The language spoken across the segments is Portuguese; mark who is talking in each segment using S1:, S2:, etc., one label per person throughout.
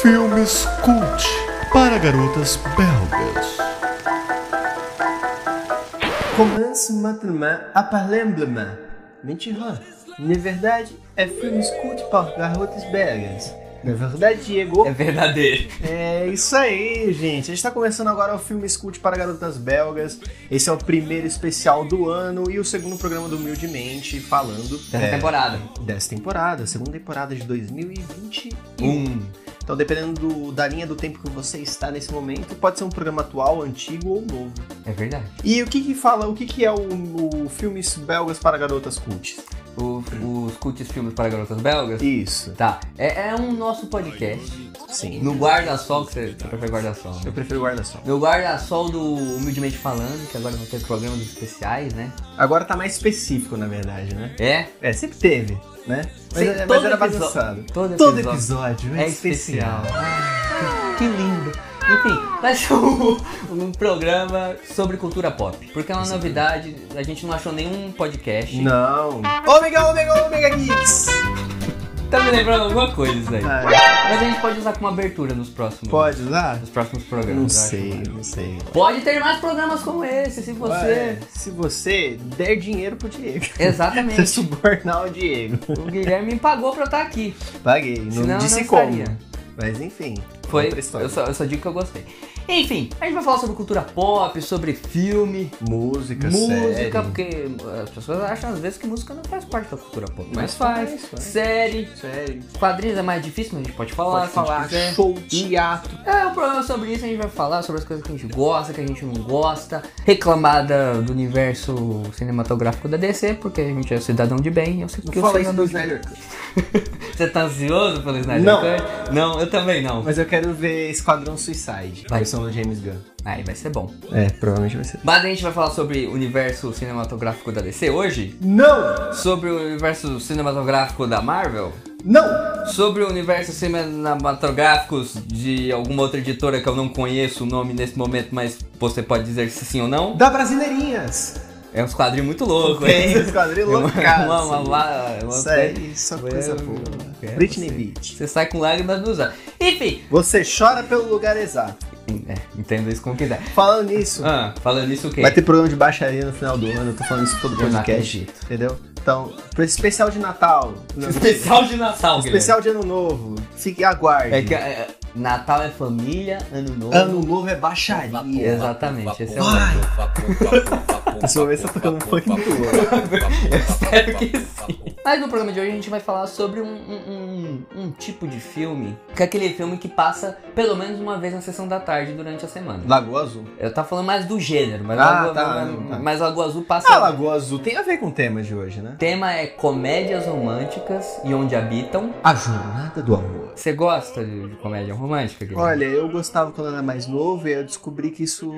S1: Filmes cult para garotas belgas.
S2: Romance maintenant apparemment. Mentira. Na verdade, é filmes cult para garotas belgas. Na verdade, Diego.
S3: É verdadeiro.
S2: É isso aí, gente. A gente tá começando agora o filme Scoot para Garotas Belgas. Esse é o primeiro especial do ano e o segundo programa do Humildemente, falando
S3: Dessa
S2: é,
S3: temporada.
S2: dessa temporada, segunda temporada de 2021.
S3: Um.
S2: Então, dependendo do- da linha do tempo que você está nesse momento, pode ser um programa atual, antigo ou novo.
S3: É verdade.
S2: E o que que fala, o que que é o, o filmes belgas para garotas cults?
S3: O- os cultos filmes para garotas belgas.
S2: Isso,
S3: Tá. É, é um nosso podcast.
S2: sim.
S3: No guarda-sol, que você, você prefere guarda-sol, né?
S2: Eu prefiro guarda-sol.
S3: No guarda-sol do Humildemente Falando, que agora vão ter programas especiais, né?
S2: Agora tá mais específico, na verdade, né?
S3: É.
S2: É, sempre teve, né? Mas,
S3: Sim,
S2: mas
S3: todo
S2: era
S3: episódio-
S2: bagunçado.
S3: todo episódio
S2: episódio
S3: É especial. Ah, que, que lindo. Enfim, vai ser um, um programa sobre cultura pop. Porque é uma novidade, a gente não achou nenhum podcast.
S2: Não. Ômega, ômega, ômega geeks!
S3: Tá me lembrando alguma coisa isso aí.
S2: Ah,
S3: Mas a gente pode usar como abertura nos próximos,
S2: pode usar?
S3: nos próximos programas.
S2: Não
S3: eu acho.
S2: sei, não sei.
S3: Pode ter mais programas como esse, se você.
S2: Ué, se você der dinheiro pro Diego. Você
S3: Exatamente.
S2: subornar o Diego.
S3: o Guilherme me pagou pra eu estar aqui.
S2: Paguei, não
S3: Senão eu
S2: disse
S3: não
S2: como.
S3: estaria.
S2: Mas enfim.
S3: Foi.
S2: outra história.
S3: Eu só, eu só digo que eu gostei. Enfim, a gente vai falar sobre cultura pop, sobre filme,
S2: Música, série.
S3: música, porque as pessoas acham às vezes que música não faz parte da cultura pop. Mas,
S2: Mas
S3: faz.
S2: faz, faz.
S3: Série.
S2: Série.
S3: Quadrinhos é mais difícil, mas a gente pode falar,
S2: Pode
S3: se a gente
S2: falar
S3: quiser.
S2: show, teatro.
S3: É, o programa é sobre isso, a gente vai falar sobre as coisas que a gente gosta, que a gente não gosta, reclamada do universo cinematográfico da DC, porque a gente é cidadão de bem, eu sei que
S2: Não
S3: eu
S2: fala
S3: sou
S2: isso do
S3: cidadão de
S2: Snyder.
S3: Você tá ansioso pelo Snyder
S2: Não.
S3: Cut? Não, eu também não.
S2: Mas eu quero ver Esquadrão Suicide.
S3: Vai.
S2: Versão do James Gunn.
S3: Aí vai ser bom.
S2: É, provavelmente vai ser.
S3: Mas a gente vai falar sobre o universo cinematográfico da DC hoje,
S2: Não!
S3: sobre o universo cinematográfico da Marvel,
S2: Não!
S3: sobre o universo cinematográfico de alguma outra editora que eu não conheço o nome nesse momento, mas você pode dizer se sim ou não.
S2: Da Brasileirinhas!
S3: É uns quadrinhos muito loucos, hein?
S2: Esse quadril loucaço.
S3: Uma, uma, uma, uma-
S2: Isso aí, só coisa
S3: é Eu-
S2: boa.
S3: É,
S2: Britney
S3: você-
S2: Beach.
S3: Você sai com lágrimas nos olhos. Enfim,
S2: Você chora pelo lugar exato.
S3: é, entendo isso como quiser.
S2: Falando nisso,
S3: Ah, falando nisso o quê?
S2: vai ter programa de baixaria no final do ano. Eu tô falando isso em todo
S3: Eu não
S2: podcast.
S3: acredito.
S2: Entendeu? Então, pra esse especial de Natal. não,
S3: Especial de Natal, Guilherme.
S2: especial de Ano Novo. Fique aguarde.
S3: É que é, Natal é família, ano novo.
S2: Ano Novo é baixaria.
S3: Exatamente, esse é o
S2: Vai!
S4: Esse momento você tá tocando funk muito louco. Eu espero que sim.
S3: Mas no programa de hoje a gente vai falar sobre um, um- um- um tipo de filme, que é aquele filme que passa pelo menos uma vez na sessão da tarde durante a semana.
S2: Lagoa Azul.
S3: Eu tava falando mais do gênero, mas,
S2: Ah,
S3: Lagoa,
S2: tá,
S3: mas,
S2: tá.
S3: mas Lagoa Azul passa.
S2: Ah, Lagoa Azul tem a ver com o tema de hoje, né?
S3: O tema é comédias românticas e onde habitam.
S2: A Jornada do Amor.
S3: Você gosta de, de comédia romântica? Guilherme?
S2: Olha, eu gostava quando eu era mais novo e eu descobri que isso,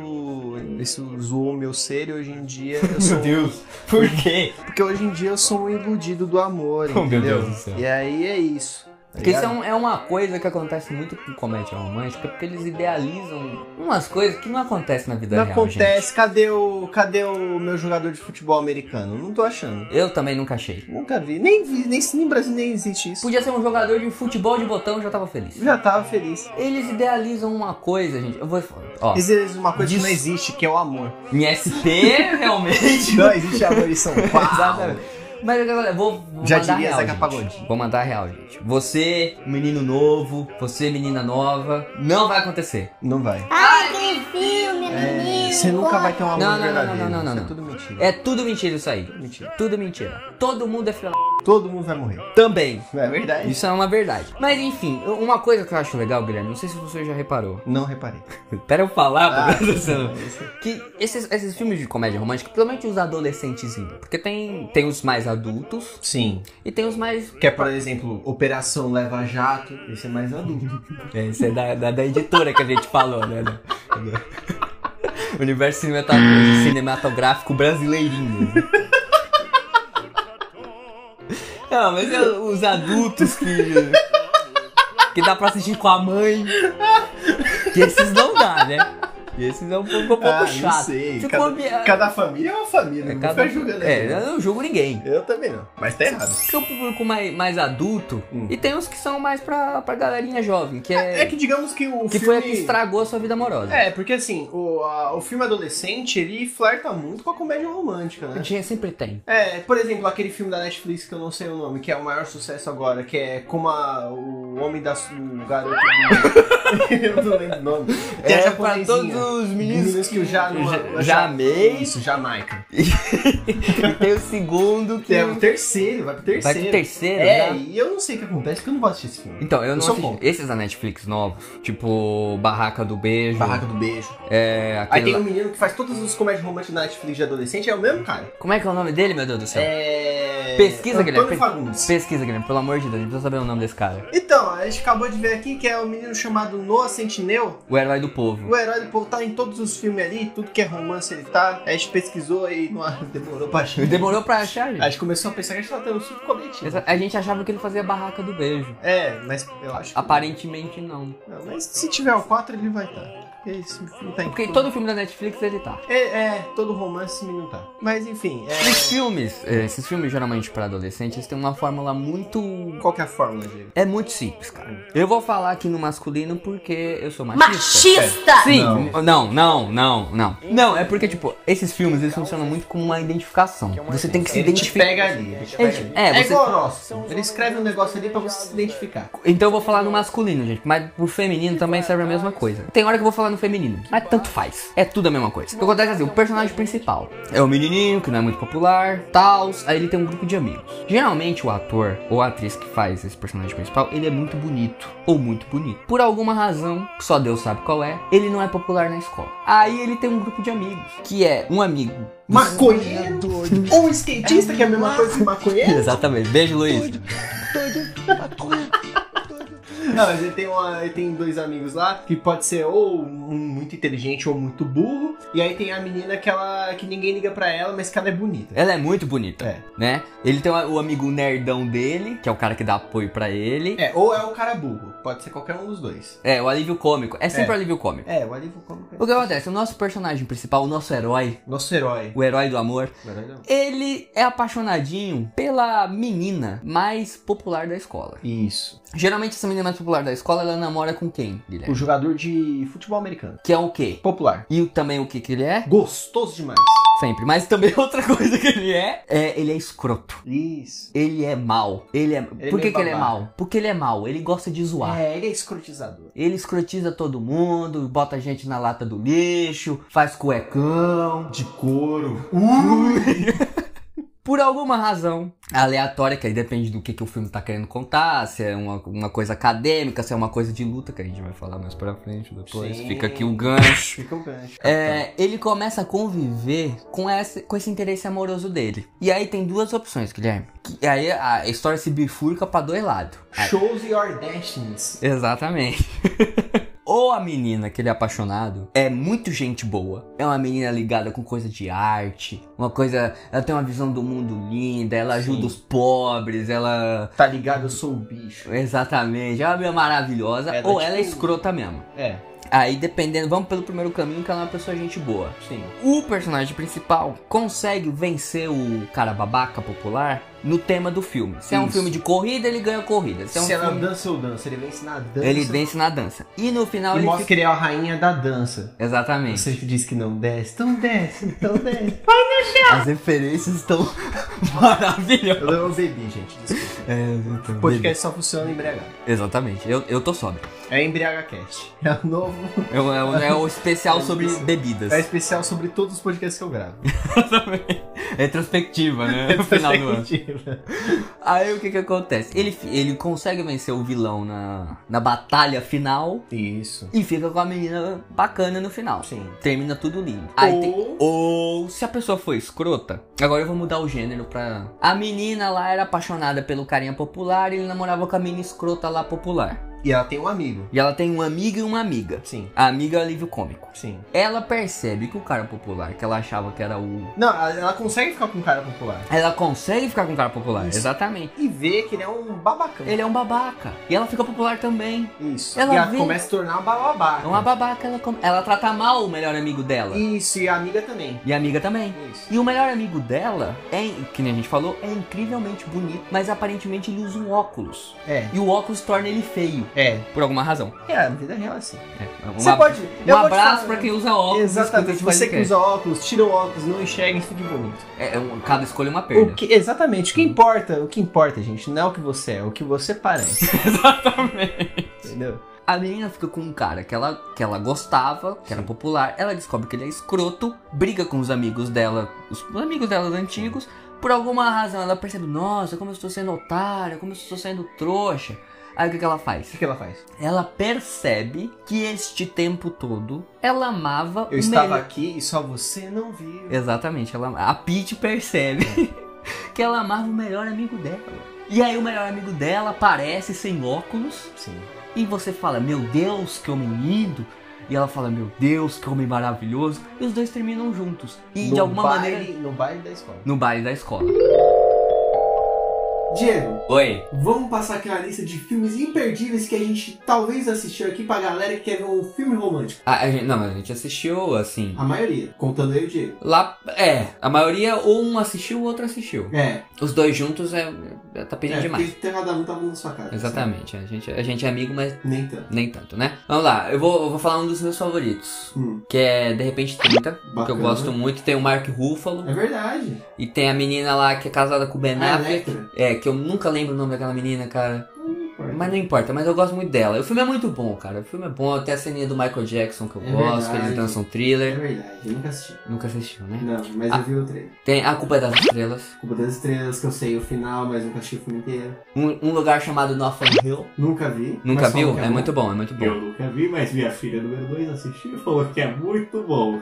S2: isso zoou o meu ser e hoje em dia eu sou.
S3: Deus, por quê?
S2: Porque hoje em dia eu sou um iludido do amor,
S3: Oh, meu
S2: entendeu?
S3: Deus do céu.
S2: E aí é isso. tá
S3: Porque isso é,
S2: ligado?
S3: um- é uma coisa que acontece muito com comédia romântica, porque eles idealizam umas coisas que não acontecem na vida
S2: Não
S3: real,
S2: acontece, cadê o. Cadê o meu jogador de futebol americano? Não tô achando.
S3: gente. Eu também nunca achei.
S2: Nunca vi. Nem vi, nem se no Brasil nem existe isso.
S3: Podia ser um jogador de futebol de botão, eu já tava feliz.
S2: Já tava feliz.
S3: Eles idealizam uma coisa, gente. Eu vou. Ó,
S2: Existe uma coisa
S3: Disso-
S2: que não existe, que é o amor.
S3: em SP, realmente.
S2: Não existe amor em São Paulo.
S3: Exatamente. Mas galera, vou, vou
S2: Já
S3: mandar
S2: diria
S3: real,
S2: Zeca
S3: gente.
S2: Pagodinho.
S3: Vou mandar real, gente. Você, menino novo, você, menina nova, não vai acontecer.
S2: não vai. É,
S5: Ai, que filme, menino!
S2: Você nunca vai ter um amor
S3: Não, não, não,
S2: verdadeiro.
S3: não, não, não,
S2: Isso é
S3: não.
S2: tudo mentira.
S3: É tudo mentira isso aí.
S2: Mentira.
S3: Tudo mentira. Todo mundo é filho da
S2: Todo mundo vai morrer.
S3: também.
S2: Não é verdade?
S3: Isso é uma verdade. Mas enfim, uma coisa que eu acho legal, Guilherme, não sei se você já reparou.
S2: Não reparei.
S3: Espera eu falar, pra
S2: Ah.
S3: prestar atenção.
S2: Isso.
S3: que esses, esses filmes de comédia romântica, principalmente os adolescentezinhos, porque tem, tem os mais adultos
S2: Sim.
S3: e tem os mais.
S2: Que é, por exemplo, Operação Leva Jato. Esse é mais adulto.
S3: É, isso é da, da, da editora que a gente falou, né? né? Universo cinemata- cinematográfico brasileirinho. Não, mas é os adultos que. Que dá pra assistir com a mãe. Que esses não dá, né? E esse não ficou um pouco
S2: ah,
S3: chato.
S2: não sei.
S3: Ficou
S2: Cada,
S3: ambi-
S2: cada família é uma família, não
S3: cada-
S2: fica julgando
S3: É,
S2: aqui.
S3: eu não julgo ninguém.
S2: Eu também não, mas tá errado.
S3: Porque é um público mais, mais adulto
S2: Hum.
S3: e tem uns que são mais pra, pra galerinha jovem, que é.
S2: É que digamos que o
S3: que
S2: filme...
S3: foi a que estragou a sua vida amorosa.
S2: É, porque assim, o, a- o filme adolescente, ele flerta muito com a comédia romântica, né?
S3: Tinha, sempre tem.
S2: É, por exemplo, aquele filme da Netflix que eu não sei o nome, que é o maior sucesso agora, que é como a- o homem da... su- o garoto... do- eu não lembro o nome. Que
S3: É, pra
S2: japonesinha.
S3: todos os meninos.
S2: Meninos que eu já... não-
S3: Ja- Jamei.
S2: Isso, Jamaica.
S3: E tem o segundo que.
S2: É o terceiro, vai pro
S3: Vai
S2: terceiro.
S3: pro terceiro,
S2: É,
S3: já.
S2: e eu não sei o que acontece, porque eu não gosto desse filme.
S3: Então, eu não
S2: sou
S3: assisti.
S2: contra.
S3: Esses da Netflix novos, tipo Barraca do Beijo.
S2: Barraca do Beijo.
S3: É,
S2: Aí
S3: aquele
S2: tem
S3: lá.
S2: um menino que faz todas as comédias românticas da Netflix de adolescente, é o mesmo cara.
S3: Como é que é o nome dele, meu Deus do céu?
S2: É...
S3: Pesquisa,
S2: Antônio
S3: Guilherme.
S2: Fagundes.
S3: Pesquisa, Guilherme, pelo amor de Deus, a gente precisa saber o nome desse cara.
S2: Então, a gente acabou de ver aqui que é um menino chamado Noah Sentinel.
S3: O herói do povo.
S2: O herói do povo tá em todos os filmes ali, tudo que é romance ele tá. A gente pesquisou e não demorou pra achar.
S3: Demorou pra achar,
S2: A
S3: gente.
S2: gente começou a pensar que a gente tá tendo um surto coletivo.
S3: Essa- A gente achava que ele fazia Barraca do Beijo.
S2: É, mas eu acho que...
S3: Aparentemente não.
S2: Não, mas se tiver o 4 ele vai estar. Porque esse filme tá em
S3: É Porque
S2: tudo.
S3: todo filme da Netflix ele tá.
S2: É, é, todo romance esse menino tá. Mas enfim,
S3: Os
S2: é...
S3: filmes, eh, esses filmes geralmente pra adolescentes, eles têm uma fórmula muito.
S2: Qual que é a fórmula dele?
S3: É muito simples, cara. Eu vou falar aqui no masculino porque eu sou machista.
S2: É,
S3: É.
S5: Machista!
S3: Sim,
S2: Não.
S3: não, não, não, não. Não, é porque, tipo, esses filmes eles funcionam muito como uma identificação. Você tem que se
S2: Ele te
S3: identificar.
S2: pega ali. Ele te
S3: Ele
S2: pega
S3: te-
S2: ali.
S3: é, você-
S2: igual Orozco. Ele escreve um negócio ali pra você se identificar.
S3: Então eu vou falar no masculino, gente. Mas pro feminino também serve a mesma coisa. Tem hora que eu vou falar no feminino, mas tanto faz. É tudo a mesma coisa. O que acontece é assim, o personagem principal é o menininho, que não é muito popular, tal. Aí ele tem um grupo de amigos. Geralmente o ator ou a atriz que faz esse personagem principal, ele é muito bonito. Ou muito bonito. Por alguma razão, que só Deus sabe qual é, ele não é popular na escola. Aí ele tem um grupo de amigos, que é um amigo...
S2: Maconheiro ou skatista, que é a mesma coisa que maconheiro?
S3: Exatamente. Beijo, Luiz.
S2: Não, mas ele tem, uma- ele tem dois amigos lá que pode ser ou um muito inteligente ou muito burro. E aí tem a menina que, ela, que ninguém liga pra ela, mas que ela é bonita.
S3: Ela é muito bonita,
S2: É.
S3: né? Ele tem o amigo nerdão dele, que é o cara que dá apoio pra ele.
S2: É, ou é o cara burro. Pode ser qualquer um dos dois.
S3: É, o alívio cômico. É sempre
S2: É.
S3: o alívio cômico.
S2: É, o alívio cômico.
S3: O
S2: é-
S3: que acontece? O nosso personagem principal, o nosso herói,
S2: Nosso herói.
S3: o herói do amor,
S2: O herói não.
S3: ele é apaixonadinho pela menina mais popular da escola.
S2: Isso.
S3: Geralmente essa menina mais popular da escola, ela namora com quem,
S2: O
S3: Guilherme?
S2: jogador de futebol americano.
S3: Que é o quê?
S2: Popular.
S3: E o- também o que que ele é?
S2: Gostoso demais.
S3: Sempre. Mas também outra coisa que ele é, é ele é escroto.
S2: Isso.
S3: Ele é mal. Ele é.
S2: é
S3: Por que,
S2: meio
S3: que ele é
S2: babaca.
S3: mal? Porque ele é mal. Ele gosta de zoar.
S2: É, ele é escrotizador.
S3: Ele escrotiza todo mundo, bota a gente na lata do lixo, faz cuecão.
S2: De couro. Uh!
S3: Por alguma razão aleatória, que aí depende do que, que o filme tá querendo contar, se é uma, uma coisa acadêmica, se é uma coisa de luta, que a gente vai falar mais pra frente depois.
S2: Sim.
S3: Fica aqui o gancho.
S2: Fica um gancho.
S3: É, ele começa a conviver com esse, com esse interesse amoroso dele. E aí tem duas opções, Guilherme. Que- aí a história se bifurca pra dois lados.
S2: Shows your destinies.
S3: Exatamente. Ou a menina que ele é apaixonado é muito gente boa. É uma menina ligada com coisa de arte, uma coisa. Ela tem uma visão do mundo linda, ela ajuda
S2: Sim.
S3: os pobres, ela.
S2: Tá ligado? Eu sou o bicho.
S3: Exatamente, ela é uma menina maravilhosa.
S2: Ela,
S3: ou ela é
S2: tipo-
S3: escrota mesmo.
S2: É,
S3: Aí dependendo, vamos pelo primeiro caminho que ela é uma pessoa gente boa.
S2: sim.
S3: O personagem principal consegue vencer o cara babaca popular no tema do filme. Se é um
S2: Isso.
S3: filme de corrida, ele ganha corrida. Se é um
S2: Se ela
S3: filme.
S2: dança ou dança, Então, ele vence na dança.
S3: Ele vence na dança. E no final
S2: E
S3: ele
S2: mostra
S3: fica-
S2: que ele é a rainha da dança.
S3: Exatamente.
S2: Você diz que não desce, então desce, então desce.
S3: As referências estão maravilhosas.
S2: Eu não bebi, gente. Desculpa. O podcast só funciona embriagado.
S3: Exatamente, eu, eu tô sóbrio.
S2: É Embriagacast. É o novo.
S3: Eu- é o- é o especial
S2: É
S3: sobre
S2: isso.
S3: bebidas.
S2: É especial sobre todos os podcasts que eu gravo.
S3: Retrospectiva, né? No final do ano.
S2: É Mentira.
S3: Aí o que que acontece? Ele, fi- ele consegue vencer o vilão na, na batalha final
S2: Isso.
S3: e fica com a menina bacana no final.
S2: Sim.
S3: Termina tudo lindo. Aí tem-
S2: Ou-
S3: ou se a pessoa for escrota, agora eu vou mudar o gênero pra. A menina lá era apaixonada pelo carinha popular e ele namorava com a menina escrota lá popular.
S2: E ela tem um amigo.
S3: E ela tem um amigo e uma amiga.
S2: Sim,
S3: A amiga é o alívio cômico.
S2: sim.
S3: Ela percebe que o cara popular, que ela achava que era o.
S2: Não, ela ela consegue ficar com um cara popular.
S3: Ela consegue ficar com o cara popular. Exatamente.
S2: E vê que ele é um babacão.
S3: Ele é um babaca. E ela fica popular também.
S2: Isso.
S3: Ela
S2: e ela
S3: vê-
S2: começa a se tornar um uma babaca.
S3: É uma babaca, ela, come- ela trata mal o melhor amigo dela.
S2: Isso, e a amiga também.
S3: E a amiga também.
S2: Isso.
S3: E o melhor amigo dela, é, que nem a gente falou, é incrivelmente bonito, mas aparentemente ele usa um óculos.
S2: É.
S3: E o óculos torna ele feio,
S2: É.
S3: por alguma razão.
S2: É, a vida real é assim.
S3: É, um
S2: Você
S3: ab-
S2: pode.
S3: Um abraço pra quem usa óculos. escuta
S2: Exatamente,
S3: esse
S2: você que
S3: podcast.
S2: usa óculos, tira o óculos, não enxerga e fique bonito.
S3: É, é um- cada escolha é uma perda.
S2: O que, exatamente, o que importa, o que importa, gente, não é o que você é, é o que você parece. exatamente. Entendeu?
S3: A menina fica com um cara que ela, que ela gostava, que era popular, ela descobre que ele é escroto, briga com os amigos dela, os amigos dela antigos, por alguma razão ela percebe, nossa, como eu estou sendo otária, como eu estou sendo trouxa. Aí o que, que ela faz?
S2: O que ela faz?
S3: Ela percebe que este tempo todo ela amava
S2: Eu
S3: o
S2: estava
S3: melhor.
S2: aqui e só você não viu.
S3: Exatamente, ela... a Pete percebe que ela amava o melhor amigo dela. E aí o melhor amigo dela aparece sem óculos
S2: Sim.
S3: e você fala, meu Deus, que homem lindo. E ela fala, meu Deus, que homem maravilhoso. E os dois terminam juntos. E de
S2: No
S3: alguma
S2: baile-
S3: maneira.
S2: No baile da escola.
S3: No baile da escola.
S6: Diego,
S3: Oi.
S6: vamos passar aqui a lista de filmes imperdíveis que a gente talvez assistiu aqui pra galera que quer ver um filme romântico.
S3: A- a gente- não, a gente assistiu assim.
S6: A maioria, contando eu e o Diego.
S3: Lá. É, a maioria, ou um assistiu, o outro assistiu.
S6: É,
S3: Os dois juntos é. é tá pedindo
S6: é
S3: demais.
S6: porque Terra da Lua tava na sua cara.
S3: Exatamente. A gente, a gente é amigo, mas
S6: Assim. Nem tanto.
S3: nem tanto, né? Vamos lá, eu vou, eu vou falar um dos meus favoritos.
S6: Hum,
S3: Que é De Repente 30, que eu
S6: Bacana.
S3: gosto muito. Tem o Mark Ruffalo.
S6: é verdade.
S3: E tem a menina lá que é casada com o Ben
S6: A
S3: Affleck.
S6: Electra.
S3: É, que eu nunca lembro o nome daquela menina, cara. Mas não importa, mas eu gosto muito dela. O filme é muito bom, cara. O filme é bom. Tem a ceninha do Michael Jackson que eu
S6: É
S3: gosto, que
S6: verdade.
S3: eles dançam
S6: É
S3: thriller.
S6: verdade, eu nunca assisti.
S3: Nunca assistiu, né?
S6: Não, mas
S3: Ah.
S6: eu vi o trailer.
S3: Tem A Culpa é das Estrelas.
S6: Culpa das Estrelas, que eu sei o final, mas nunca assisti o filme inteiro.
S3: Um, um lugar chamado Northern Hill.
S6: Nunca vi.
S3: Nunca
S6: mas falam
S3: viu?
S6: que
S3: É muito bom, é muito bom.
S6: Eu nunca vi, mas minha filha número 2 assistiu e falou que é muito bom.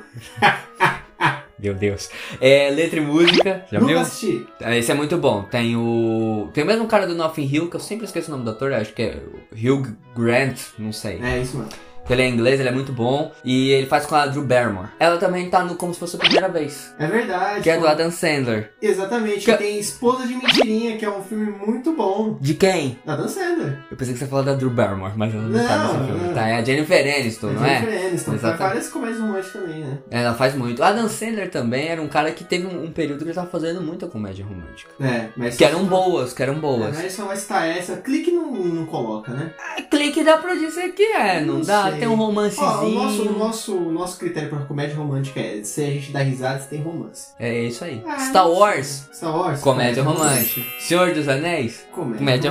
S3: Meu Deus. É, letra e música. Já
S6: nunca
S3: viu?
S6: assisti.
S3: Esse é muito bom. Tem o. Tem o mesmo cara do Nothing Hill, que eu sempre esqueço o nome do ator, acho que é Hugh Grant, não sei.
S6: É isso mesmo.
S3: Ele é inglês, ele é muito bom. E ele faz com a Drew Barrymore. Ela também tá no Como Se Fosse a Primeira Vez.
S6: É verdade.
S3: Que é do
S6: pô.
S3: Adam Sandler.
S6: Exatamente.
S3: Que-
S6: Tem Esposa de Mentirinha, que é um filme muito bom.
S3: De quem?
S6: Da Dan Sandler.
S3: Eu pensei que você falou da Drew Barrymore, mas ela não, tá
S6: Não,
S3: nesse filme.
S6: não.
S3: Tá, é a Jennifer Aniston, não é?
S6: Jennifer Aniston. Faz
S3: Exatamente.
S6: várias comédias românticas também, né?
S3: Ela faz muito. Adam Sandler também era um cara que teve um, um período que ele tava fazendo muita comédia romântica.
S6: É, mas...
S3: Que eram boas, que eram
S6: É,
S3: boas. É
S6: mas isso é uma estaessa. Clique não, não coloca, né?
S3: Clique dá pra dizer que é, não,
S6: Não
S3: dá?
S6: sei.
S3: Tem um romancezinho.
S6: Ó, o nosso, o nosso, o nosso critério pra comédia romântica é se a gente dá risada, se tem romance.
S3: É isso aí.
S6: Ah,
S3: Star Wars,
S6: Star Wars?
S3: Comédia romântica. Senhor dos Anéis,
S6: Comédia,
S3: comédia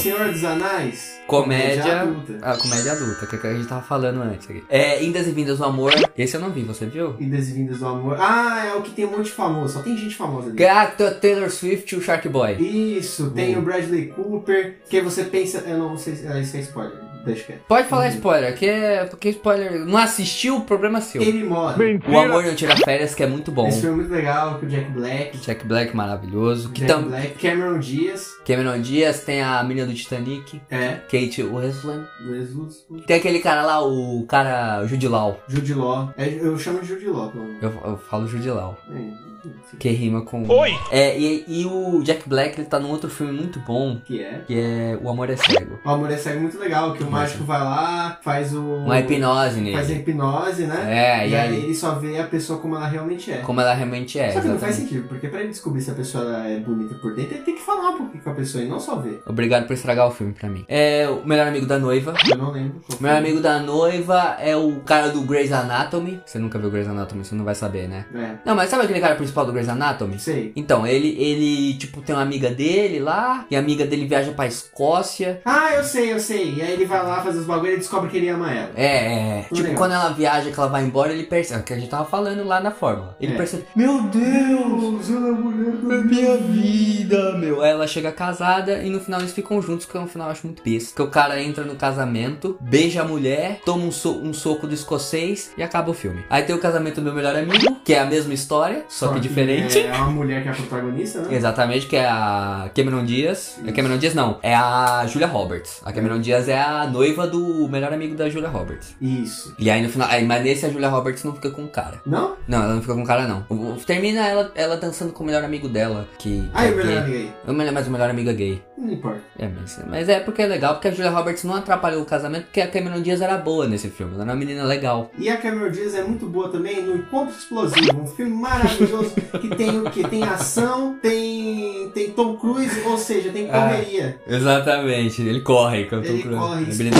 S3: romântica.
S6: Senhor dos Anéis?
S3: Comédia-
S6: adulta.
S3: A comédia adulta, que é o que a gente tava falando antes aqui. É, Indas e Vindas do Amor. Esse eu não vi, você viu?
S6: Indas e vindas do amor. Ah, é o que tem um monte de famoso. Só tem gente famosa ali.
S3: Gata Taylor Swift e o Shark Boy.
S6: Isso, tem o Bradley Cooper. Que aí você pensa... Eu não sei se... Ah, isso é spoiler. Deixa quieto.
S3: Pode falar spoiler, que é. Porque spoiler. Não assistiu, o problema é seu.
S6: Ele morre.
S3: O Amor Não Tira Férias, que é muito bom.
S6: Esse filme é muito legal. Com o Jack Black.
S3: Jack Black maravilhoso. Que
S6: Jack
S3: tam...
S6: Black. Cameron Diaz.
S3: Cameron Diaz tem a menina do Titanic,
S6: É.
S3: Kate Winslet.
S6: Jesus.
S3: Tem aquele cara lá, o cara Jude Law.
S6: Jude Law. É, eu chamo de Jude Law. Pelo...
S3: Eu, eu falo Jude Law.
S6: É, enfim.
S3: Que rima com. Oi! É, e, e o Jack Black ele tá num outro filme muito bom,
S6: Que é...
S3: que é O Amor é Cego.
S6: O Amor é Cego é muito legal, que o mágico vai lá, faz o...
S3: Uma Um hipnose nele.
S6: Hum. Faz a hipnose, né?
S3: É,
S6: e
S3: e
S6: aí
S3: aí,
S6: ele só vê a pessoa como ela realmente é.
S3: como ela realmente é,
S6: só que não faz
S3: exatamente.
S6: sentido, porque pra ele descobrir se a pessoa é bonita por dentro, ele tem que falar um pouquinho com a pessoa e não só ver.
S3: Obrigado por estragar o filme pra mim. É o melhor amigo da noiva.
S6: Eu não lembro. qual
S3: O melhor
S6: foi.
S3: amigo da noiva é o cara do Grey's Anatomy. Você nunca viu Grey's Anatomy, você não vai saber, né?
S6: É,
S3: Não, mas sabe aquele cara principal do Grey's Anatomy?
S6: não sei.
S3: Então, ele, ele, tipo, tem uma amiga dele lá, e a amiga dele viaja pra Escócia.
S6: Ah, eu sei, eu sei. E aí ele vai lá fazer os bagulho e descobre que ele ama ela.
S3: É, é. Tipo,
S6: Legal.
S3: quando ela viaja, que ela vai embora, ele percebe. é O que a gente tava falando lá na fórmula. Ele
S6: É.
S3: percebe.
S6: Meu Deus, ela é a mulher do
S3: Minha vida, meu. Aí ela chega casada e no final eles ficam juntos, que é um final eu acho muito besta. Que o cara entra no casamento, beija a mulher, toma um, so- um soco do escocês e acaba o filme. Aí tem o casamento do meu melhor amigo, que é a mesma história, só,
S6: Só
S3: que diferente.
S6: É uma mulher que é a protagonista, né?
S3: Exatamente, que é a Cameron Diaz. É Cameron Diaz não, é a Julia Roberts. A Cameron Diaz é a noiva do melhor amigo da Julia Roberts.
S6: Isso.
S3: E aí no final, aí, mas nesse a Julia Roberts não fica com o cara.
S6: Não?
S3: Não, ela não fica com o cara não. O- o- Termina ela, ela dançando com o melhor amigo dela, que, que
S6: Aí
S3: é
S6: o melhor
S3: gay.
S6: amigo aí.
S3: O melhor- Mas o melhor amigo é gay.
S6: Não importa.
S3: É, mas, mas é porque é legal, porque a Julia Roberts não atrapalhou o casamento, porque a Cameron Diaz era boa nesse filme, ela era uma menina legal.
S6: E a Cameron Diaz é muito boa também no Encontro Explosivo, um filme maravilhoso que tem o quê? Tem ação, tem, tem Tom Cruise, ou seja, tem
S3: Ah.
S6: correria.
S3: Exatamente, ele corre enquanto
S6: Ele
S3: procura-
S6: corre.
S3: Ele brinca.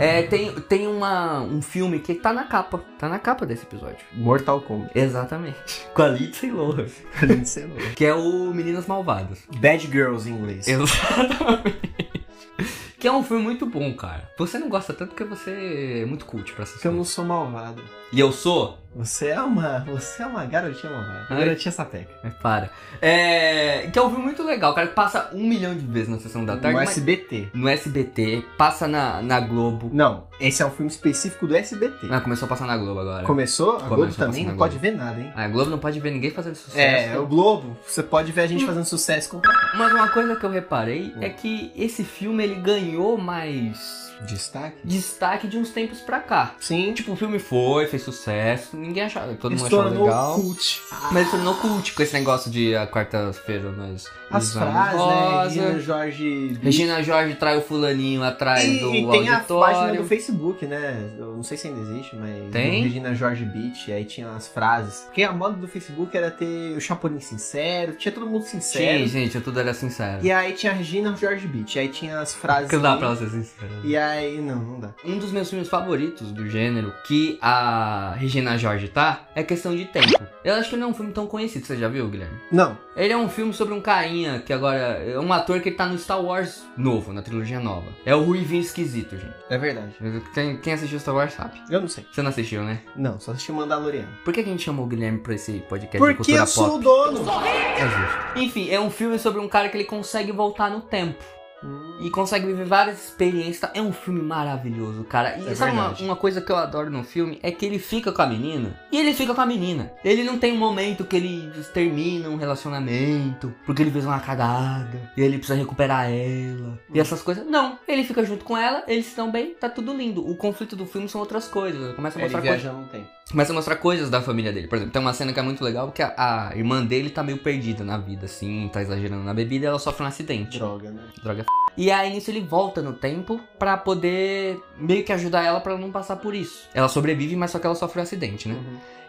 S3: É, tem, tem uma, um filme que tá na capa. Tá na capa desse episódio.
S2: Mortal Kombat.
S3: Exatamente. Com a Lindsay Lohan. Que é o Meninas Malvadas.
S2: Bad Girls em inglês.
S3: Exatamente. Que é um filme muito bom, cara. Você não gosta tanto porque você é muito cult pra
S2: Porque eu
S3: assistir.
S2: não sou malvado.
S3: E eu sou?
S2: Você é uma. Você é uma garotinha malvada.
S3: Ai.
S2: Garotinha sapeca.
S3: É, para. É, que é um filme muito legal, cara. Que passa um milhão de vezes na sessão da tarde.
S2: No
S3: mas-
S2: SBT.
S3: No SBT, passa na, na Globo.
S2: Não, esse é um filme específico do SBT.
S3: Ah, começou a passar na Globo agora.
S2: Começou? assim, A
S3: Começou
S2: Globo também
S3: passando
S2: não
S3: na
S2: pode ver nada, hein?
S3: A Globo não pode ver ninguém fazendo sucesso.
S2: É, o Globo, você pode ver a gente fazendo sucesso com
S3: Mas uma coisa que eu reparei é que esse filme ele ganhou mais
S2: destaque.
S3: destaque de uns tempos pra cá.
S2: Sim,
S3: Tipo, o filme foi, fez sucesso, ninguém achava, todo
S2: ele
S3: mundo
S2: se
S3: achava
S2: tornou
S3: legal.
S2: cult.
S3: Mas ele tornou cult com esse negócio de a quarta-feira nós
S2: As
S3: usamos
S2: frases, né?
S3: rosa.
S2: Regina Jorge.
S3: Regina Jorge trai o fulaninho atrás
S2: E,
S3: do
S2: e tem a página
S3: auditório.
S2: do Facebook, né? Eu não sei se ainda existe, mas.
S3: Tem?
S2: do Regina Jorge Beach, aí tinha as frases. Porque a moda do Facebook era ter o Chapolin sincero, tinha todo mundo sincero.
S3: Sim, gente, eu tudo era sincero.
S2: E aí tinha a Regina Jorge Beach, aí tinha as frases.
S3: Que dá
S2: ali.
S3: pra ela ser sincera.
S2: E aí, não, não dá.
S3: Um dos meus filmes favoritos do gênero que a Regina George tá é Questão de Tempo. Eu acho que não é um filme tão conhecido, você já viu, Guilherme?
S2: Não,
S3: Ele é um filme sobre um carinha que agora é um ator que ele tá no Star Wars novo, na trilogia nova. É o Ruivinho Esquisito, gente.
S2: é verdade.
S3: Quem, quem assistiu Star Wars sabe.
S2: Eu não sei.
S3: Você não assistiu, né?
S2: Não, só assisti Mandaloriano.
S3: Por que, que a gente chamou o Guilherme pra esse podcast de
S2: Porque
S3: cultura
S2: eu sou o
S3: pop?
S2: dono.
S3: É justo. Enfim, é um filme sobre um cara que ele consegue voltar no tempo. E consegue viver várias experiências. tá? É um filme maravilhoso, cara. E
S2: É
S3: sabe uma,
S2: verdade.
S3: uma coisa que eu adoro no filme? É que ele fica com a menina. E ele fica com a menina. Ele não tem um momento que ele termina um relacionamento. Porque ele fez uma cagada. E ele precisa recuperar ela. E essas coisas. Não. Ele fica junto com ela. Eles estão bem. Tá tudo lindo. O conflito do filme são outras coisas. Começa a
S2: Ele
S3: mostrar coisas
S2: viaja não tem.
S3: começa a mostrar coisas da família dele. Por exemplo, tem uma cena que é muito legal que a, a irmã dele tá meio perdida na vida, assim, tá exagerando na bebida e ela sofre um acidente.
S2: Droga, né?
S3: Droga. é f***. E aí nisso ele volta no tempo pra poder meio que ajudar ela pra ela não passar por isso. Ela sobrevive, mas só que ela sofre um acidente, né?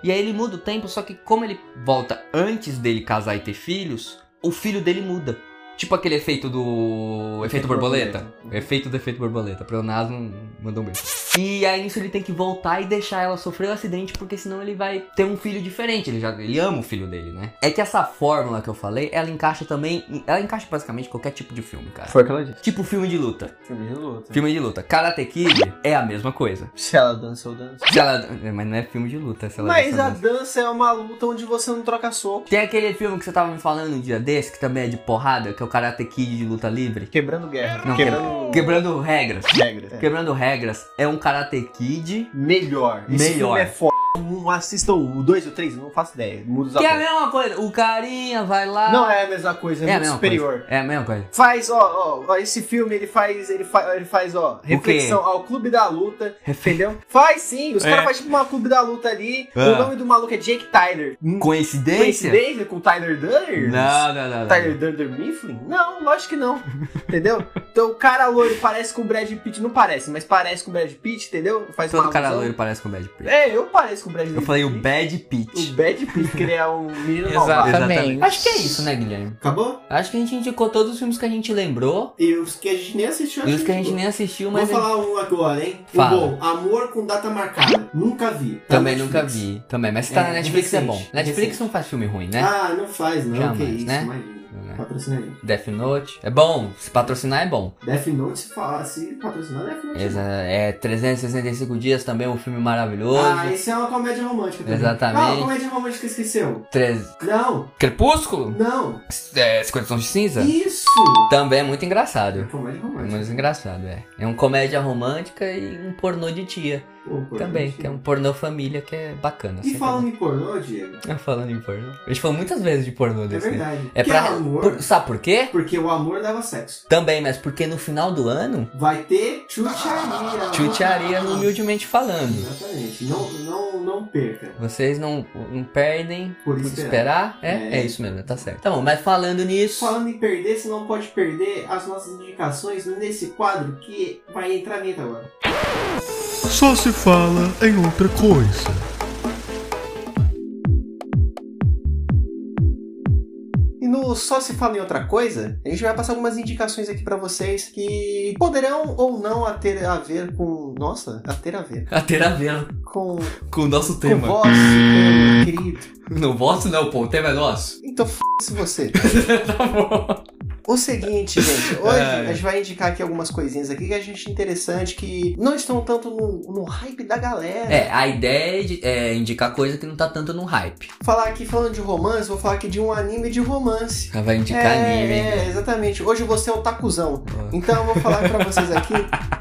S3: E aí ele muda o tempo, só que como ele volta antes dele casar e ter filhos, o filho dele muda. Tipo aquele efeito do. Efeito borboleta.
S2: borboleta.
S6: É.
S3: Efeito do efeito borboleta. Pleonasmo mandou um beijo. E aí nisso ele tem que voltar e deixar ela sofrer o acidente, porque senão ele vai ter um filho diferente. Ele já ele ama o filho dele, né? É que essa fórmula que eu falei, ela encaixa também. em- Ela encaixa basicamente em qualquer tipo de filme, cara.
S2: Foi o que ela disse.
S3: Tipo filme de luta.
S2: Filme de luta.
S3: Filme de luta. Karate Kid é a mesma coisa.
S2: Se ela dança, eu danço.
S3: Se ela. Mas não é filme de luta, se ela
S2: Mas
S3: dança
S2: a
S3: mesmo.
S2: dança é uma luta onde você não troca soco.
S3: Tem aquele filme que você tava me falando um dia desse, que também é de porrada, que é o Karate Kid de luta livre.
S2: Quebrando guerra.
S3: Não,
S2: quebrando
S3: Quebrando regras.
S2: regras. É.
S3: Quebrando regras é um Karate Kid.
S2: Melhor. Esse
S3: Melhor.
S2: filme é foda. Não assista o 2 ou 3, não faço ideia. Muda os
S3: Que é a
S2: atores.
S3: mesma coisa. O carinha vai lá.
S2: Não é a mesma coisa, é,
S3: a
S2: muito
S3: mesma
S2: superior.
S3: Coisa. É a mesma coisa.
S2: Faz, ó, ó, ó, esse filme ele faz, ele faz, ele faz, ó, reflexão ao Clube da Luta, entendeu? Faz sim, os caras fazem tipo uma Clube da Luta ali,
S3: É. Ah.
S2: o nome do maluco é Jake Tyler.
S6: Hum,
S3: Coincidência?
S2: Coincidência com o Tyler Durden?
S3: Não, não,
S6: Tá,
S3: não. não.
S2: Tyler Durden Mifflin? Não, lógico que não, entendeu? Então o cara loiro parece com o Brad Pitt, não parece, mas parece com o Brad Pitt, entendeu? Faz
S3: Todo
S2: uma
S3: cara
S2: alusão.
S3: loiro parece com o Bad Pitt.
S2: É, eu pareço com o Brad
S3: Eu
S2: Pitt.
S3: falei o Bad
S2: O
S3: Pitt.
S2: Brad Pitt, que ele é um menino malvado.
S3: Exatamente. Acho que é isso, né, Guilherme?
S6: Acabou?
S3: Acho que a gente indicou todos os filmes que a gente lembrou
S6: E os que a gente nem assistiu,
S3: e
S6: acho
S3: os que a gente
S6: não.
S3: nem assistiu,
S6: Vou
S3: mas. é-
S6: falar um agora, hein?
S3: Fala.
S6: Um bom, Amor com Data Marcada. Nunca vi. Tá
S3: Também
S6: na
S3: nunca
S6: Netflix.
S3: vi. Também, mas se tá
S6: É,
S3: na Netflix é bom.
S6: recente,
S3: Netflix
S6: recente.
S3: não faz filme ruim, né?
S6: Ah, não faz não,
S3: Jamais,
S6: que isso,
S3: né?
S6: imagina.
S3: Né?
S7: patrocina aí.
S3: Death Note. É bom, se patrocinar é bom.
S7: Death Note, se, fala, se patrocinar Death Note.
S3: Exa- É 365 Dias também, um filme maravilhoso.
S7: Ah, esse é uma comédia romântica também.
S3: Exatamente.
S7: Qual a comédia romântica que esqueceu?
S3: Três-
S7: Não,
S3: Crepúsculo?
S7: não.
S3: É, 50 Tons de Cinza?
S7: Isso!
S3: Também é muito
S7: É
S3: engraçado.
S7: comédia
S3: É
S7: romântica.
S3: muito engraçado, é. É uma comédia romântica e um pornô de tia.
S7: Pô, pô,
S3: Também,
S7: gente.
S3: que é um pornô família que é bacana.
S7: E
S3: sempre
S7: falando em pornô, Diego,
S3: bom. Falando em pornô. A gente falou muitas vezes de pornô
S7: é
S3: desse. né?
S7: verdade.
S3: É
S7: que
S3: pra.
S7: amor,
S3: por- sabe por quê?
S7: porque o amor dava sexo.
S3: Também, mas porque no final do ano,
S7: Vai ter chucharia. Ah.
S3: chutearia no humildemente falando.
S7: Exatamente. Não, não, não perca.
S3: Vocês não, não perdem
S7: Por
S3: por
S7: esperar.
S3: esperar. É,
S7: É.
S3: é isso mesmo, tá certo. Tá bom, mas falando nisso.
S7: Falando em perder, você não pode perder as nossas indicações nesse quadro que vai entrar vinheta agora.
S4: Só se fala em outra coisa.
S6: E no Só Se Fala em Outra Coisa, a gente vai passar algumas indicações aqui pra vocês que poderão ou não a ter a ver com. Nossa, a ter a ver.
S3: A ter a ver
S6: Com,
S3: com o nosso
S6: com vosso, meu querido.
S3: No vosso não, pô, o tema é nosso.
S6: Então f***se você.
S3: Tá bom.
S6: O seguinte, gente, hoje
S3: Ai.
S6: a gente vai indicar aqui algumas coisinhas aqui que a gente interessante, que não estão tanto no, no hype da galera.
S3: É, a ideia é de- é indicar coisa que não tá tanto no hype.
S6: Falar aqui falando de romance, vou falar aqui de um anime de romance.
S3: Ela vai indicar anime. hein?
S6: é, exatamente. Hoje você é o tacuzão.
S3: Boa.
S6: Então eu vou falar pra vocês aqui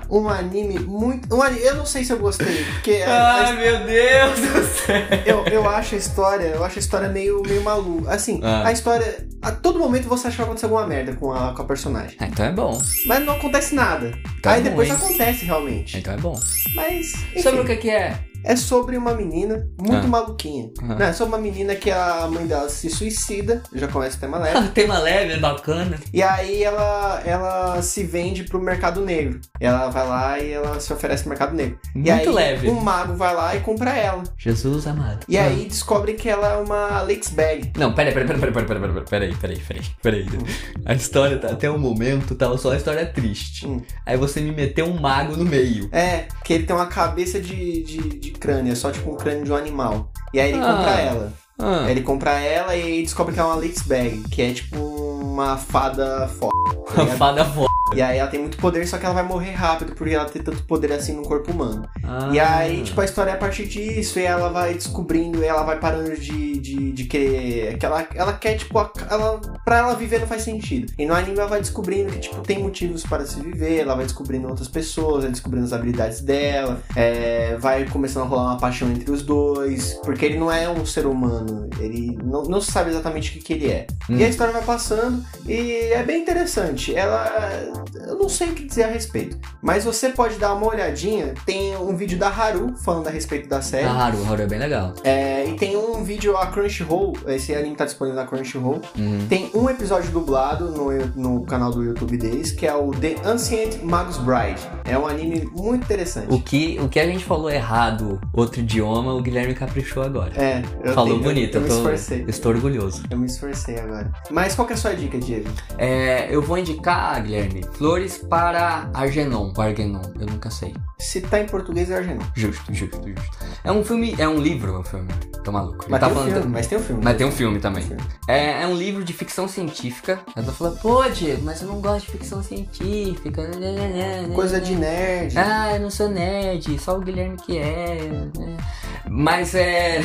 S6: um anime muito. Um anime, eu não sei se eu gostei, porque a- a-
S3: Ai, meu Deus do céu.
S6: eu, eu acho a história, eu acho a história meio, meio maluca. Assim,
S3: Ah.
S6: a história. A todo momento você acha que vai acontecer alguma merda com a, com a personagem.
S3: Ah, então é bom.
S6: Mas não acontece nada.
S3: Tá
S6: Aí depois
S3: bom, hein?
S6: acontece realmente.
S3: Então é bom.
S6: Mas.
S3: Sobre
S6: enfim.
S3: o que que é?
S6: É sobre uma menina
S3: Ah.
S6: muito maluquinha.
S3: Ah.
S6: Não, é sobre uma menina que a mãe dela se suicida. Já começa o tema leve.
S3: Ah, tema leve, é bacana.
S6: e aí ela, ela se vende pro mercado negro. Ela vai lá e ela se oferece pro mercado negro. e
S3: Muito
S6: aí,
S3: leve. Ah.
S6: Um mago vai lá e compra ela.
S3: Jesus amado.
S6: E aí descobre que ela é uma Alex Bag.
S3: Não, peraí, peraí, peraí, peraí, peraí, peraí, peraí, peraí, peraí, peraí,
S6: Hum.
S3: peraí. A história, tá, até o momento, tava só a história triste.
S6: Hum.
S3: Aí você me meteu um mago no meio.
S6: É, que ele tem uma cabeça de, de, de crânio, é só tipo um crânio de um animal. E aí ele
S3: Ah.
S6: compra ela.
S3: Ah,
S6: Aí ele compra ela e aí descobre que é uma Alex Bag, que é tipo uma fada foda.
S3: a
S6: tá ligado?
S3: fada foda.
S6: E aí ela tem muito poder, só que ela vai morrer rápido, porque ela tem tanto poder assim no corpo humano. E
S3: Ah.
S6: aí, tipo, a história é a partir disso, e ela vai descobrindo, e ela vai parando de, de, de querer. Que ela, ela quer, tipo, a- ela, pra ela viver não faz sentido. E no anime ela vai descobrindo que, tipo, tem motivos para se viver, ela vai descobrindo outras pessoas, vai descobrindo as habilidades dela, é, vai começando a rolar uma paixão entre os dois, porque ele não é um ser humano, ele não, não se sabe exatamente o que, que ele é. E a
S3: Hum.
S6: história vai passando, e é bem interessante. Ela. Eu não sei o que dizer a respeito. Mas você pode dar uma olhadinha. Tem um vídeo da Haru falando a respeito da série.
S3: Ah, Haru, Haru é bem legal.
S6: É, e tem um vídeo, a Crunchyroll. Esse anime tá disponível na Crunchyroll.
S3: Uhum.
S6: Tem um episódio dublado no, no canal do YouTube deles, que é o The Ancient Magus Bride. É um anime muito interessante.
S3: O que, o que a gente falou errado, outro idioma, o Guilherme caprichou agora.
S6: É, eu
S3: falou
S6: tenho-
S3: bonito,
S6: eu,
S3: eu,
S6: me
S3: tô,
S6: esforcei.
S3: eu estou orgulhoso.
S6: Eu me esforcei agora. Mas qual que é a sua dica, Diego?
S3: É, eu vou indicar, Guilherme, flores para Argenon. Ou Argenon, eu nunca sei.
S6: Se tá em português, é argentino.
S3: Justo, justo, justo. É um filme, é um livro, é um filme. Tô maluco. Ele
S6: Mas,
S3: tá
S6: tem um
S3: falando-
S6: filme, mas tem um filme.
S3: Mas tem um filme também.
S6: Tem um filme.
S3: É, é um livro de ficção científica. Ela fala, pô, Diego, mas eu não gosto de ficção científica.
S6: Coisa de nerd.
S3: Ah, eu não sou nerd, só o Guilherme que é. né? Mas é.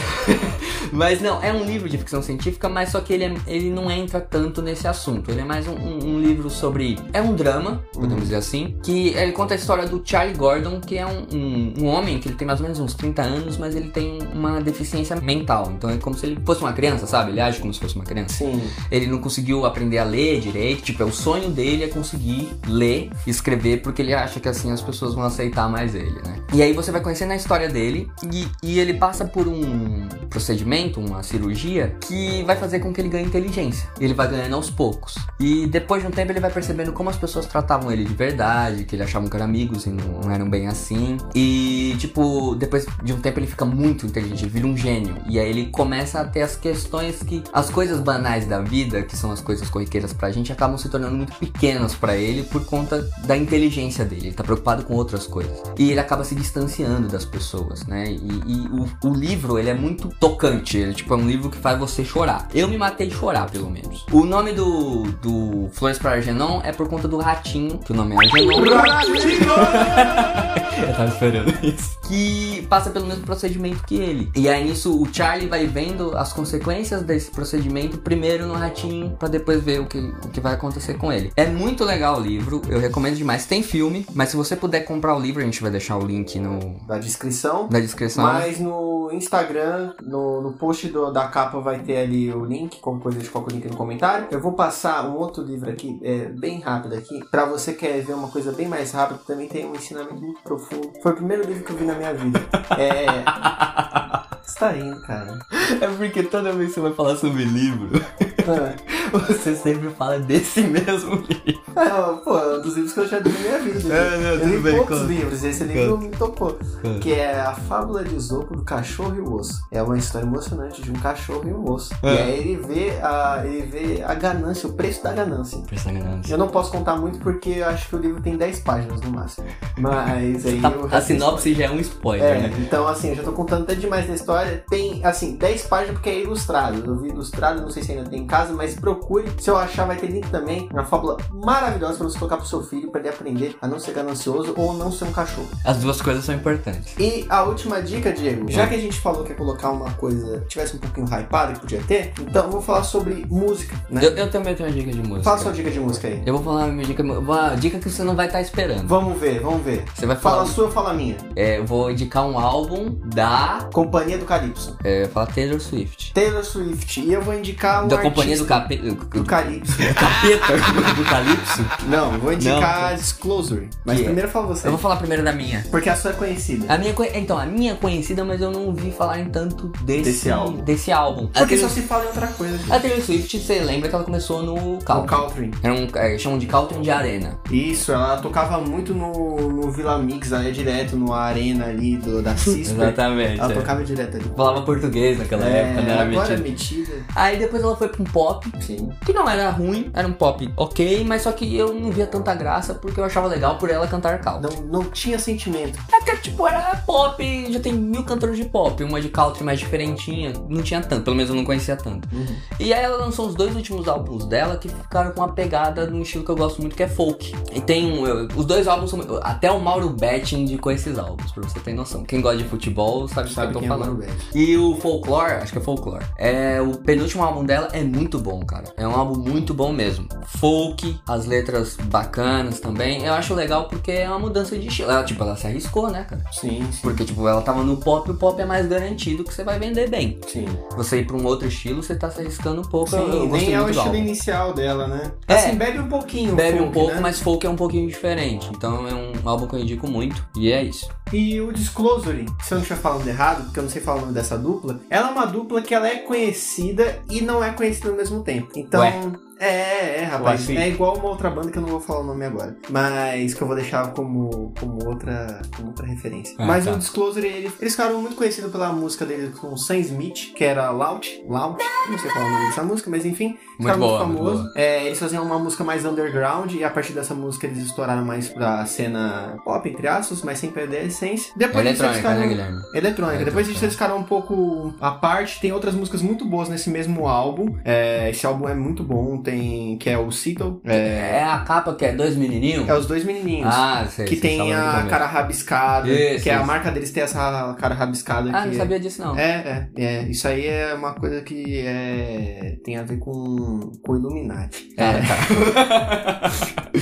S3: mas não, é um livro de ficção científica, mas só que ele, é- ele não entra tanto nesse assunto. Ele é mais um, um- um livro sobre. É um drama, podemos dizer assim, que ele conta a história do Charlie Gordon, que é um, um- um homem que ele tem mais ou menos uns 30 anos, mas ele tem uma deficiência mental. Então é como se ele fosse uma criança, sabe? Ele age como se fosse uma criança.
S6: Sim.
S3: Ele não conseguiu aprender a ler direito. Tipo, é o sonho dele é conseguir ler e escrever, porque ele acha que assim as pessoas vão aceitar mais ele, né? E aí você vai conhecendo a história dele e, e ele passa por um procedimento, uma cirurgia, que vai fazer com que ele ganhe inteligência. Ele vai ganhando aos poucos. E depois de um tempo ele vai percebendo como as pessoas tratavam ele de verdade, que ele achava que eram amigos e não, não eram bem assim. E, tipo, depois de um tempo ele fica muito inteligente, ele vira um gênio. E aí ele começa a ter as questões que. As coisas banais da vida, que são as coisas corriqueiras pra gente, acabam se tornando muito pequenas pra ele por conta da inteligência dele. Ele tá preocupado com outras coisas. E ele acaba se distanciando das pessoas, né? E, e o o, o livro, ele é muito tocante. Ele, tipo, é um livro que faz você chorar. Eu me matei de chorar, pelo menos. O nome do, do Flores para Argenon é por conta do ratinho, que o nome é Argenon. Eu tava esperando isso. Que passa pelo mesmo procedimento que ele. E aí nisso o Charlie vai vendo as consequências desse procedimento primeiro no ratinho, pra depois ver o que, o que vai acontecer com ele. É muito legal o livro, eu recomendo demais. Tem filme, mas se você puder comprar o livro, a gente vai deixar o link no,
S6: Da descrição.
S3: na descrição.
S6: Mas no Instagram, no, no post do- da capa vai ter ali o link, qualquer coisa de qualquer link no comentário. Eu vou passar um outro livro aqui, é, bem rápido aqui. Pra você que quer ver uma coisa bem mais rápida, também tem um ensinamento muito profundo. Foi o primeiro livro que eu vi na minha vida. É. Você tá rindo, cara.
S3: É porque toda vez que você vai falar sobre livro,
S6: Ah,
S3: você sempre fala desse mesmo livro.
S6: é, Pô, é um dos livros que eu já li na minha vida.
S3: É, não,
S6: eu
S3: tudo
S6: li
S3: bem,
S6: poucos
S3: conta,
S6: livros, esse livro me tocou. Que é a fábula de Esopo do cachorro e o osso. É uma história emocionante de um cachorro e um osso.
S3: É.
S6: E aí ele vê, a, ele vê a ganância, o preço da ganância. Eu não posso contar muito porque eu acho que o livro tem 10 páginas no máximo. Mas aí eu
S3: Tá, A sinopse já é um spoiler,
S6: é,
S3: né?
S6: então assim, eu já tô contando até demais da história. Tem, assim, 10 páginas porque é ilustrado. Eu vi ilustrado, não sei se ainda tem em casa, mas procure. Se eu achar, vai ter link também. Uma fábula maravilhosa pra você colocar pro seu filho, pra ele aprender a não ser ganancioso ou não ser um cachorro.
S3: As duas coisas são importantes.
S6: E a última dica, Diego, já que a gente falou que ia colocar uma coisa que tivesse um pouquinho hypada, que podia ter, então eu vou falar sobre música, né?
S3: Eu, eu também tenho uma dica de música.
S6: Fala sua dica de música aí.
S3: Eu vou falar a minha dica, uma dica que você não vai estar esperando.
S6: Vamos ver, vamos ver.
S3: Você vai
S6: Fala
S3: falar.
S6: a sua, fala a minha.
S3: É, eu vou indicar um álbum da.
S6: Companhia do Calypso.
S3: É, eu ia falar Taylor Swift.
S6: Taylor Swift. E eu vou indicar um
S3: da companhia do
S6: artista
S3: capeta.
S6: do
S3: Do
S6: Calypso.
S3: capeta? do Calypso?
S6: Não, vou indicar Disclosure. Mas
S3: Que é?
S6: primeiro fala você.
S3: Eu vou falar primeiro da minha.
S6: Porque a sua é conhecida.
S3: A minha conhe- Então, a minha é conhecida, mas eu não ouvi falar em tanto desse,
S6: Desse álbum.
S3: desse álbum. A
S6: Porque
S3: Taylor-
S6: só se fala em outra coisa. gente.
S3: A Taylor Swift, você lembra que ela começou no
S6: O
S3: Caltrin.
S6: Caltrin.
S3: Era um, é, chamam de Caltrin de Arena.
S6: Isso, ela tocava muito no, no Vila Mix, ela ia direto no arena ali do, da Cisper.
S3: Exatamente.
S6: ela tocava direto ali.
S3: Falava português naquela época, não era
S6: agora é
S3: mentira.
S6: metida.
S3: Aí depois ela foi pra um pop,
S6: Sim.
S3: que não era ruim, era um pop ok, mas só que eu não via tanta graça porque eu achava legal por ela cantar Caltrin.
S6: Não, não tinha sentimento.
S3: É que, tipo, era pop, já tem mil cantores de pop, uma de country mais diferentinha, não tinha tanto, pelo menos eu não conhecia tanto. E aí ela lançou os dois últimos álbuns dela que ficaram com uma pegada num estilo que eu gosto muito, que é folk. E tem um, eu- os dois álbuns, são, até o Mauro Betting indicou esses álbuns, pra você ter noção. Quem gosta de futebol sabe, sabe
S6: Sabe
S3: do que
S6: quem
S3: eu
S6: é
S3: tô
S6: o Mano
S3: falando.
S6: Beck.
S3: E o Folklore, acho que é Folklore, é o penúltimo álbum dela é muito bom, cara. É um álbum muito bom mesmo. Folk, as letras bacanas também. Eu acho legal porque é uma mudança de estilo. Ela, tipo, ela se arriscou, né, cara?
S6: Sim, sim.
S3: Porque, tipo, ela tava no pop, o pop é mais garantido que você vai vender bem.
S6: Sim.
S3: Você ir pra um outro estilo, você tá se arriscando um pouco. eu,
S6: Sim,
S3: eu gostei
S6: nem é o
S3: muito do
S6: estilo
S3: álbum.
S6: inicial dela, né?
S3: É.
S6: Assim, bebe um pouquinho.
S3: Bebe um
S6: folk,
S3: pouco,
S6: né?
S3: mas folk é um pouquinho diferente. Então é um álbum que eu indico muito. E é isso.
S6: E o Disclosure, se eu não estiver falando errado, porque eu não sei falar o nome dessa dupla, ela é uma dupla que ela é conhecida e não é conhecida ao mesmo tempo. Então.
S3: Ué.
S6: É, é, rapaz.
S3: Ué, sim.
S6: é igual uma outra banda que eu não vou falar o nome agora. Mas que eu vou deixar como, como, outra, como outra referência.
S3: Ah,
S6: mas
S3: tá.
S6: o Disclosure, ele- eles ficaram muito conhecidos pela música deles com o Sam Smith, que era Loud. Loud? Não sei qual é o nome dessa música, mas enfim.
S3: Muito
S6: Ficaram muito
S3: boa, muito
S6: um famoso.
S3: boa.
S6: É, eles faziam uma música mais underground e a partir dessa música eles estouraram mais pra cena pop, entre aspas, mas sem perder a essência. Depois disso,
S3: Eletrônica,
S6: eles
S3: né,
S6: ficaram...
S3: Guilherme?
S6: Eletrônica. Depois disso
S3: Eletrônica. é.
S6: eles ficaram um pouco à parte. Tem outras músicas muito boas nesse mesmo álbum. É, esse álbum é muito bom. Tem que é o Seattle. É,
S3: É a capa que é dois menininhos?
S6: é os dois menininhos.
S3: Ah, sei.
S6: que
S3: vocês
S6: tem
S3: falaram do
S6: a
S3: começo.
S6: cara rabiscada.
S3: Isso,
S6: que é a
S3: isso.
S6: marca deles tem essa cara rabiscada.
S3: Ah,
S6: que
S3: não
S6: é-
S3: sabia disso não.
S6: é, é, é. Isso aí é uma coisa que é, tem a ver com, com Illuminati.
S3: É,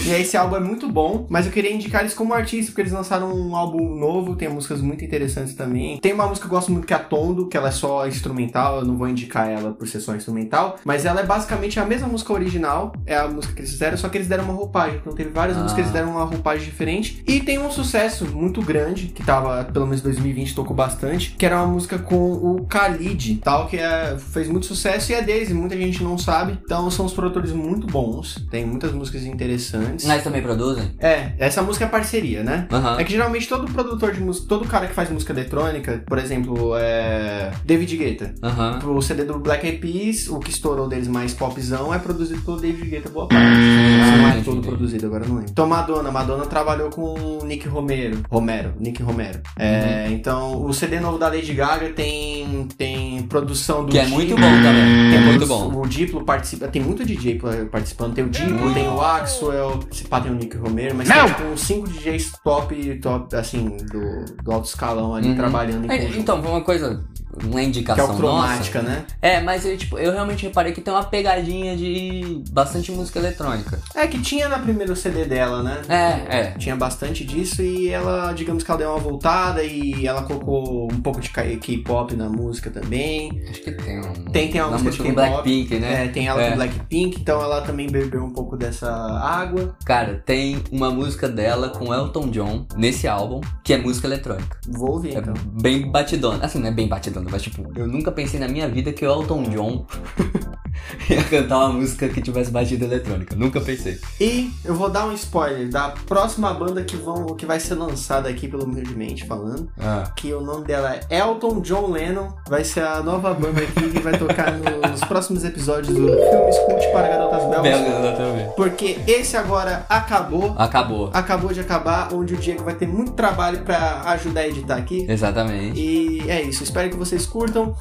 S6: e aí, esse álbum é muito bom, mas eu queria indicar eles como artista, porque eles lançaram um álbum novo, tem músicas muito interessantes também. Tem uma música que eu gosto muito que é a Tondo, que ela é só instrumental, eu não vou indicar ela por ser só instrumental, mas ela é basicamente a mesma música original, é a música que eles fizeram, só que eles deram uma roupagem. Então teve várias
S3: Ah.
S6: músicas que eles deram uma roupagem diferente. E tem um sucesso muito grande, que tava, pelo menos em 2020, tocou bastante, que era uma música com o Khalid, tal, que é- fez muito sucesso e é deles, e muita gente não sabe. Então são os produtores muito bons, tem muitas músicas interessantes
S2: antes.
S3: Mas também produzem?
S2: É, essa música é parceria, né?
S3: Aham.
S2: É que geralmente todo produtor de música, todo cara que faz música eletrônica, por exemplo, é David Guetta.
S3: Aham.
S6: é
S2: O CD do Black Eyed Peas, o que estourou deles mais popzão, é produzido pelo David Guetta boa parte. Não é
S3: Hum, entendi,
S2: todo
S3: entendi.
S2: produzido, agora eu não lembro. Então Madonna, Madonna trabalhou com o Nick Romero, Romero, Nick Romero. É,
S3: Uhum.
S2: então o CD novo da Lady Gaga tem tem produção do
S3: Que é
S2: Diplo,
S3: muito bom também.
S2: tem
S3: É muito
S2: produção-
S3: bom.
S2: O Diplo participa, tem muito DJ pla- participando, tem o
S3: Hum.
S2: Diplo, tem o Axwell, se pá, tem o é um Nick Romero, mas tem tipo, uns 5 DJs top, top, assim, do, do alto escalão ali
S3: Uhum.
S2: trabalhando em
S6: um
S3: É,
S2: conjunto.
S3: Então, uma coisa, uma
S2: que é o
S3: indicação nossa.
S2: cromática, né?
S3: É, mas eu, tipo, eu realmente reparei que tem uma pegadinha de bastante música eletrônica.
S2: É que tinha na primeiro CD dela, né?
S3: É, é.
S2: Tinha bastante disso e ela, digamos que ela deu uma voltada e ela colocou um pouco de K- K-pop na música também.
S3: Acho que tem um.
S2: Tem, tem a
S3: uma
S2: música de
S3: música com
S2: K-pop.
S3: Blackpink, né?
S2: É, tem ela
S3: É.
S2: com Blackpink, então ela também bebeu um pouco dessa água.
S3: Cara, tem uma música dela com Elton John nesse álbum, que é música eletrônica.
S2: Vou ouvir,
S3: É
S2: então.
S3: bem batidona. Assim, não é bem batidona, mas tipo, eu nunca pensei na minha vida que o Elton John ia cantar uma música que tivesse batida eletrônica. Nunca pensei.
S2: E eu vou dar um spoiler da próxima banda que, vão, que vai ser lançada aqui pelo Humildemente falando.
S3: Ah.
S2: que o nome dela é Elton John Lennon. Vai ser a nova banda aqui que vai tocar no- nos próximos episódios do Filmes Cult para Garotas
S3: Tá
S2: Belas.
S3: também.
S2: Porque esse agora acabou.
S3: Acabou.
S2: Acabou de acabar, onde o Diego vai ter muito trabalho para ajudar a editar aqui.
S3: Exatamente.
S2: E é isso, espero que vocês curtam.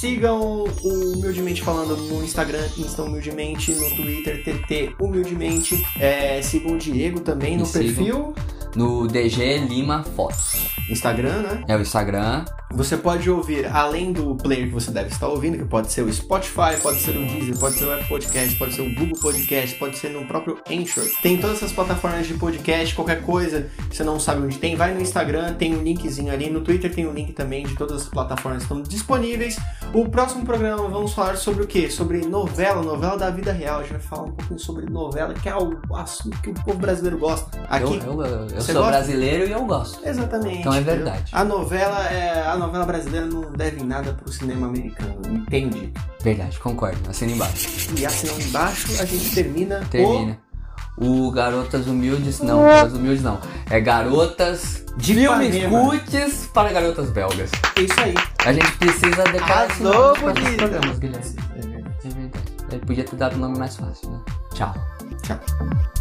S2: Sigam o Humildemente Falando no Instagram, Insta Humildemente, no Twitter, TT Humildemente. É, sigam o Diego também
S3: Me
S2: no
S3: sigam.
S2: perfil,
S3: No DG Lima Fotos.
S2: Instagram, né?
S3: É o Instagram.
S2: Você pode ouvir, além do player que você deve estar ouvindo, que pode ser o Spotify, pode ser o Deezer, pode ser o Apple Podcast, pode ser o Google Podcast, pode ser no próprio Anchor. Tem todas essas plataformas de podcast, qualquer coisa, você não sabe onde tem, vai no Instagram, tem um linkzinho ali, no Twitter tem um link também de todas as plataformas que estão disponíveis. O próximo programa vamos falar sobre o quê? Sobre novela, novela da vida real. A gente vai falar um pouquinho sobre novela, que é o assunto que o povo brasileiro gosta.
S3: Eu,
S2: Aqui
S3: eu, eu- eu
S2: Você
S3: sou
S2: gosta?
S3: brasileiro e eu gosto.
S2: Exatamente.
S3: Então é
S2: entendeu?
S3: verdade.
S2: A novela, é, a novela brasileira não deve em nada pro cinema americano. Entendi.
S3: Verdade, concordo. Assina embaixo.
S2: E assim embaixo a gente termina, o
S3: Termina. O Garotas Humildes, não, Garotas Humildes não. É Garotas
S2: De
S3: Filmes
S2: Ipanema.
S3: Cultes para Garotas Belgas.
S2: É isso aí.
S3: A gente precisa declarar esse nome
S2: Arrasou,
S3: para esses
S2: Guilherme.
S3: programas, Guilherme. É verdade. Ele podia ter dado um nome mais fácil, né? Tchau.
S2: Tchau.